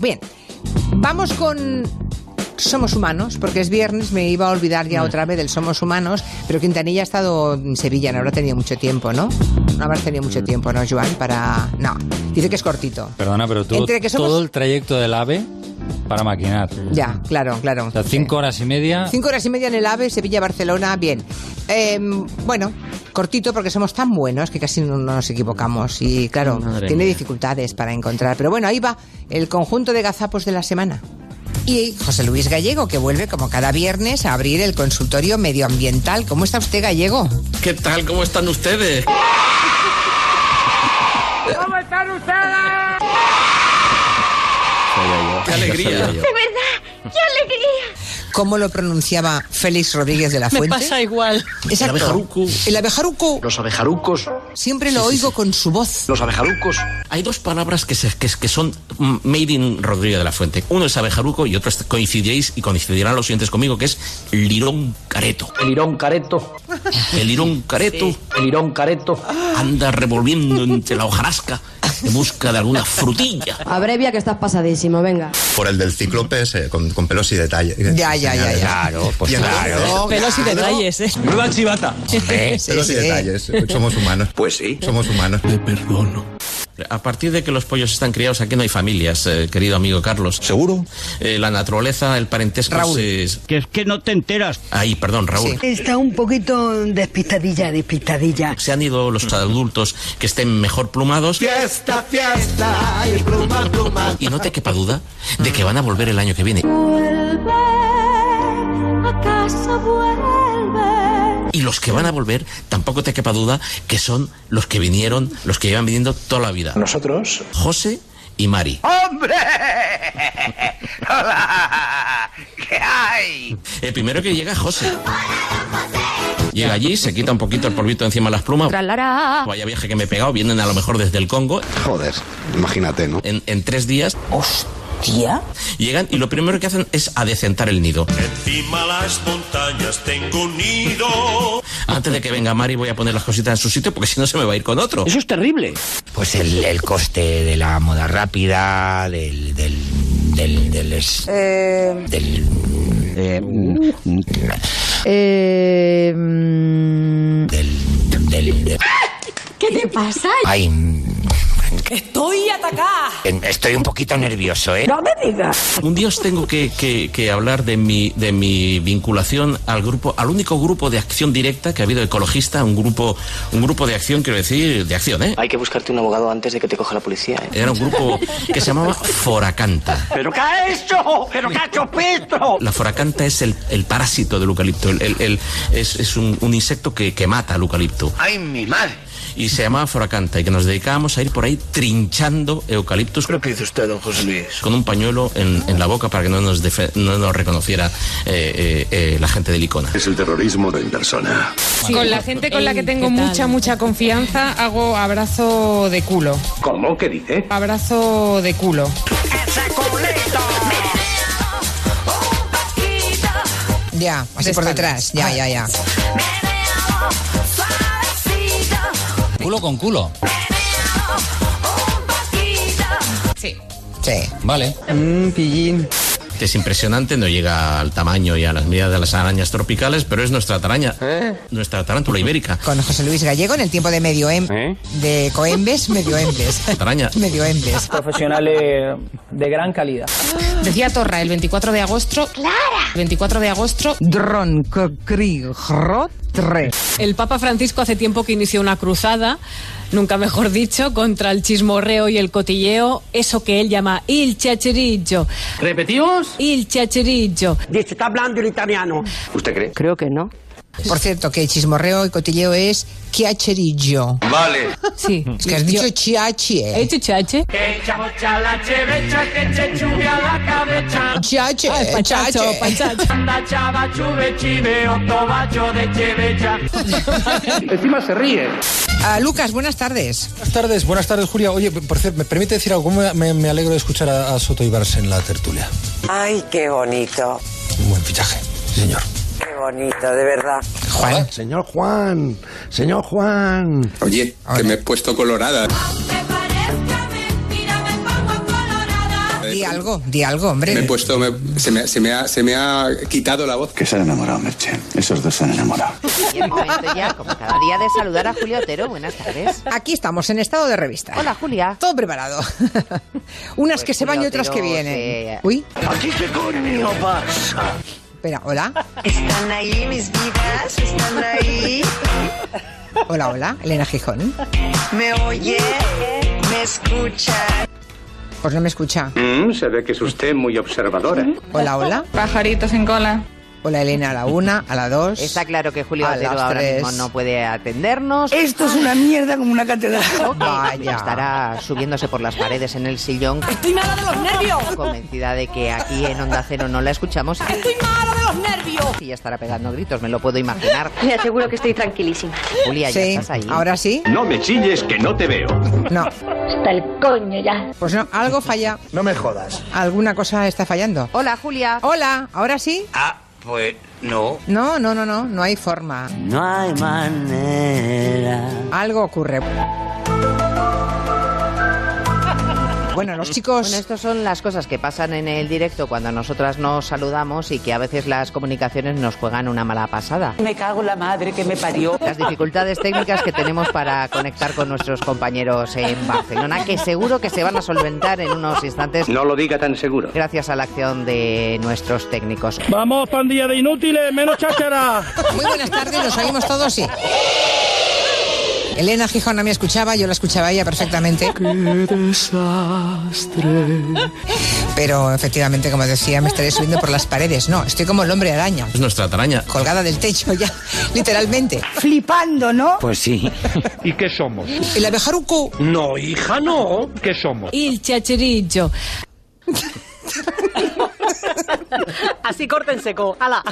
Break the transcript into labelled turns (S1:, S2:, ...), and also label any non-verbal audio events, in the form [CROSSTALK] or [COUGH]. S1: Bien, vamos con somos Humanos, porque es viernes, me iba a olvidar
S2: Mm.
S1: ya otra vez del Somos Humanos, pero Quintanilla ha estado en Sevilla, no habrá tenido mucho tiempo, ¿no? No habrá tenido mucho tiempo, ¿no, Joan? Para... No, dice que es cortito.
S2: Perdona, Mm. pero tú,
S1: Entre que somos-
S2: todo el trayecto del AVE para maquinar.
S1: Ya, claro, claro.
S2: O sea, cinco horas y media.
S1: Cinco horas y media en el AVE, Sevilla-Barcelona, bien. Eh, bueno, cortito porque somos tan buenos que casi no nos equivocamos y claro,
S3: Madre
S1: tiene
S3: mía.
S1: dificultades para encontrar. Pero bueno, ahí va el conjunto de gazapos de la semana. Y José Luis Gallego, que vuelve como cada viernes a abrir el consultorio medioambiental. ¿Cómo está usted, Gallego?
S3: ¿Qué tal? ¿Cómo están ustedes?
S4: ¿Cómo están ustedes?
S3: ¡Qué alegría!
S4: ¡De verdad! ¡Qué alegría!
S1: ¿Cómo lo pronunciaba Félix Rodríguez de la Fuente?
S5: igual.
S1: Exacto.
S3: El abejaruco.
S1: El abejaruco.
S3: Los abejarucos,
S1: Siempre lo oigo con su voz.
S3: los abejarucos. Hay dos palabras que, se- que, que son mm, made in Rodríguez de la Fuente. Uno es abejaruco y otro es- coincidíais y coincidirán los siguientes conmigo, que es lirón careto.
S6: El Irón Careto,
S3: El lirón careto
S6: el Irón Careto.
S3: anda revolviendo entre la hojarasca en busca de alguna frutilla.
S7: Abrevia que estás pasadísimo, venga.
S8: por el del cíclope ese, con, con pelos y detalles.
S1: Ya, ya, ya, ya.
S2: Claro, pues
S8: Y entonces-
S2: claro.
S5: Pelos y detalles, ¿eh?
S8: eh, Pelos
S1: [LAUGHS] Sí,
S8: y
S1: sí.
S8: detalles. Somos humanos.
S3: Pues sí.
S8: Somos humanos.
S3: A partir de que los pollos están criados, aquí no hay familias, eh, querido amigo Carlos. ¿Seguro? la naturaleza, el parentesco
S1: Raúl.
S3: se-
S9: Que es que no te enteras.
S3: Ahí, perdón, Raúl.
S1: Sí.
S10: Está un poquito despistadilla, despistadilla.
S3: Se han ido los adultos que estén mejor plumados. Fiesta, fiesta y pluma, pluma. Y no te quepa duda de que van a volver el año que viene.
S4: Vuelve, a casa vuelve.
S3: Y los que van a volver, tampoco te quepa duda que son los que vinieron, los que llevan viniendo toda la vida. Nosotros. José y Mari.
S4: ¡Hombre! ¡Hola! ¿Qué hay?
S3: [LAUGHS] El primero que llega es José. Llega allí, se quita un poquito el polvito encima de las plumas.
S7: Tralará.
S3: Vaya viaje que me he pegado, vienen a lo mejor desde el Congo.
S6: Joder, imagínate, ¿no?
S3: en, en tres días. ¡Hostia! Llegan y lo primero que hacen es adecentar el nido.
S11: Encima las montañas tengo un nido.
S3: Antes de que venga Mari voy a poner las cositas en su sitio porque si no se me va a ir con otro.
S9: Eso es terrible.
S5: Pues el, el coste de la moda rápida, del. del. del. del. es- del- uh,
S7: Eh, mm,
S5: del- del- del-
S4: ¿Qué te pasa?
S5: ay, mm, en- estoy un poquito nervioso, ¿eh?
S3: Un día os tengo que, que- que hablar de mi, de mi vinculación al grupo, al único grupo de acción directa que ha habido ecologista, un grupo, un grupo de acción, quiero decir, de acción, ¿eh?
S6: Hay que buscarte un abogado antes de que te coja la policía, ¿eh?
S3: Era un grupo que se llamaba Foracanta.
S9: ¿Pero qué ha hecho? ¿Pero qué ha hecho Pedro?
S3: La foracanta es el, el parásito del eucalipto. El, el- el- es es un, un insecto que, que mata al eucalipto. ¡Ay, mi madre! Y se llamaba foracanta y que nos dedicábamos a ir por ahí trinchando eucaliptus. ¿Pero qué dice usted, don José Luis? Con un pañuelo en, en la boca para que no nos, defe- no nos reconociera eh, eh, eh, la gente de Icona.
S11: Es el terrorismo en persona.
S5: con la gente con la que tengo mucha, mucha confianza, hago abrazo de culo.
S11: ¿Cómo? ¿Qué dice?
S5: Abrazo de culo.
S1: Ya, así
S5: De
S1: por detrás.
S5: espaldas.
S1: Ya, ya, ya.
S2: Culo con culo.
S5: Sí.
S1: Sí.
S2: Vale.
S3: Es impresionante, no llega al tamaño y a las medidas de las arañas tropicales, pero es nuestra taraña, nuestra tarántula ibérica.
S1: Con José Luis Gallego en el tiempo de medio em- de Coembes, medio Embes.
S3: Taraña.
S1: medio Embes.
S6: Profesionales de gran calidad.
S5: Decía Torra el 24 de agosto. ¡Clara! 24 de agosto.
S1: Dron, cri, tre.
S5: El Papa Francisco hace tiempo que inició una cruzada, nunca mejor dicho, contra el chismorreo y el cotilleo, eso que él llama il chacherillo.
S6: ¿Repetimos?
S5: Il chacherillo.
S9: Dice, está hablando en italiano.
S6: ¿Usted cree?
S7: creo que no.
S1: Por cierto, que chismorreo y cotilleo es chiacherillo.
S11: Vale.
S5: Sí.
S1: Es que has dicho chiachie.
S5: Hecho chache.
S1: Chiache,
S5: Pachacho,
S1: chache.
S5: pachacho. [LAUGHS]
S6: Encima se ríe.
S1: Ah, Lucas, buenas tardes.
S8: Buenas tardes, buenas tardes, Julia. Oye, por cierto, ¿me permite decir algo? ¿Cómo me, me alegro de escuchar a, a Soto Ibarz en la tertulia?
S10: Ay, qué bonito,
S8: Un buen fichaje, sí, señor.
S10: qué bonito, de verdad.
S1: Juan.
S8: Señor Juan, señor Juan.
S11: Oye, que me he puesto colorada.
S1: Y al algo, di algo, hombre.
S12: Me he puesto, me- se, me, se me ha, se me ha quitado la voz. Que se han enamorado, Merche. Esos dos se han enamorado.
S13: Y el momento ya, como cada día, de saludar a Julio Otero. Buenas tardes.
S1: Aquí estamos, en estado de revista. Hola,
S13: Julia.
S1: Todo preparado. [LAUGHS] Unas
S4: Pues
S1: que se van y otras que vienen. Uy.
S4: Aquí que conmigo pasa.
S1: Espera, hola.
S4: Están ahí mis vidas, están ahí.
S1: Hola, hola. Elena Gijón.
S4: Me oye, me escucha.
S1: Pues no me escucha.
S14: Mm, se ve que es usted muy observadora.
S1: Hola, hola.
S13: Pajaritos en cola.
S1: Hola, Elena, a la una, a la dos.
S13: Está claro que Julio
S1: a
S13: Otero
S1: las
S13: ahora
S1: tres.
S13: mismo no puede atendernos.
S10: Esto es una mierda como una catedral.
S13: Vaya. Estará subiéndose por las paredes en el sillón.
S4: Estoy mala de los nervios.
S13: Convencida de que aquí en Onda Cero no la escuchamos.
S4: Estoy mala de los nervios.
S13: Y ya estará pegando gritos, me lo puedo imaginar.
S4: Le aseguro que estoy tranquilísima.
S13: Julia, ya
S1: Sí,
S13: estás ahí.
S1: ahora sí.
S14: No me chilles que no te veo.
S1: No.
S13: Hasta el coño ya.
S1: Pues no, algo falla.
S14: No me jodas.
S1: Alguna cosa está fallando.
S13: Hola, Julia.
S1: Hola, ahora sí.
S14: Ah, pues no.
S1: No, no, no, no, no hay forma.
S4: No hay manera.
S1: Algo ocurre. Bueno, los chicos.
S13: Bueno, estas son las cosas que pasan en el directo cuando nosotras nos saludamos y que a veces las comunicaciones nos juegan una mala pasada.
S10: Me cago en la madre que me parió.
S13: Las dificultades técnicas que tenemos para conectar con nuestros compañeros en Barcelona, que seguro que se van a solventar en unos instantes.
S14: No lo diga tan seguro.
S13: Gracias a la acción de nuestros técnicos.
S15: Vamos, pandilla de inútiles, menos cháchara.
S1: Muy buenas tardes, nos oímos todos, sí. Elena Gijona me escuchaba, yo la escuchaba a ella perfectamente. Qué desastre. Pero efectivamente, como decía, me estaré subiendo por las paredes. No, estoy como el hombre araña,
S3: Es nuestra taraña.
S1: colgada del techo ya, [LAUGHS] literalmente.
S10: Flipando, ¿no?
S3: Pues sí.
S15: ¿Y qué somos?
S1: El abejaruco.
S15: No, hija, no. ¿Qué somos?
S5: Il chachirillo.
S10: Así corten seco. Ala.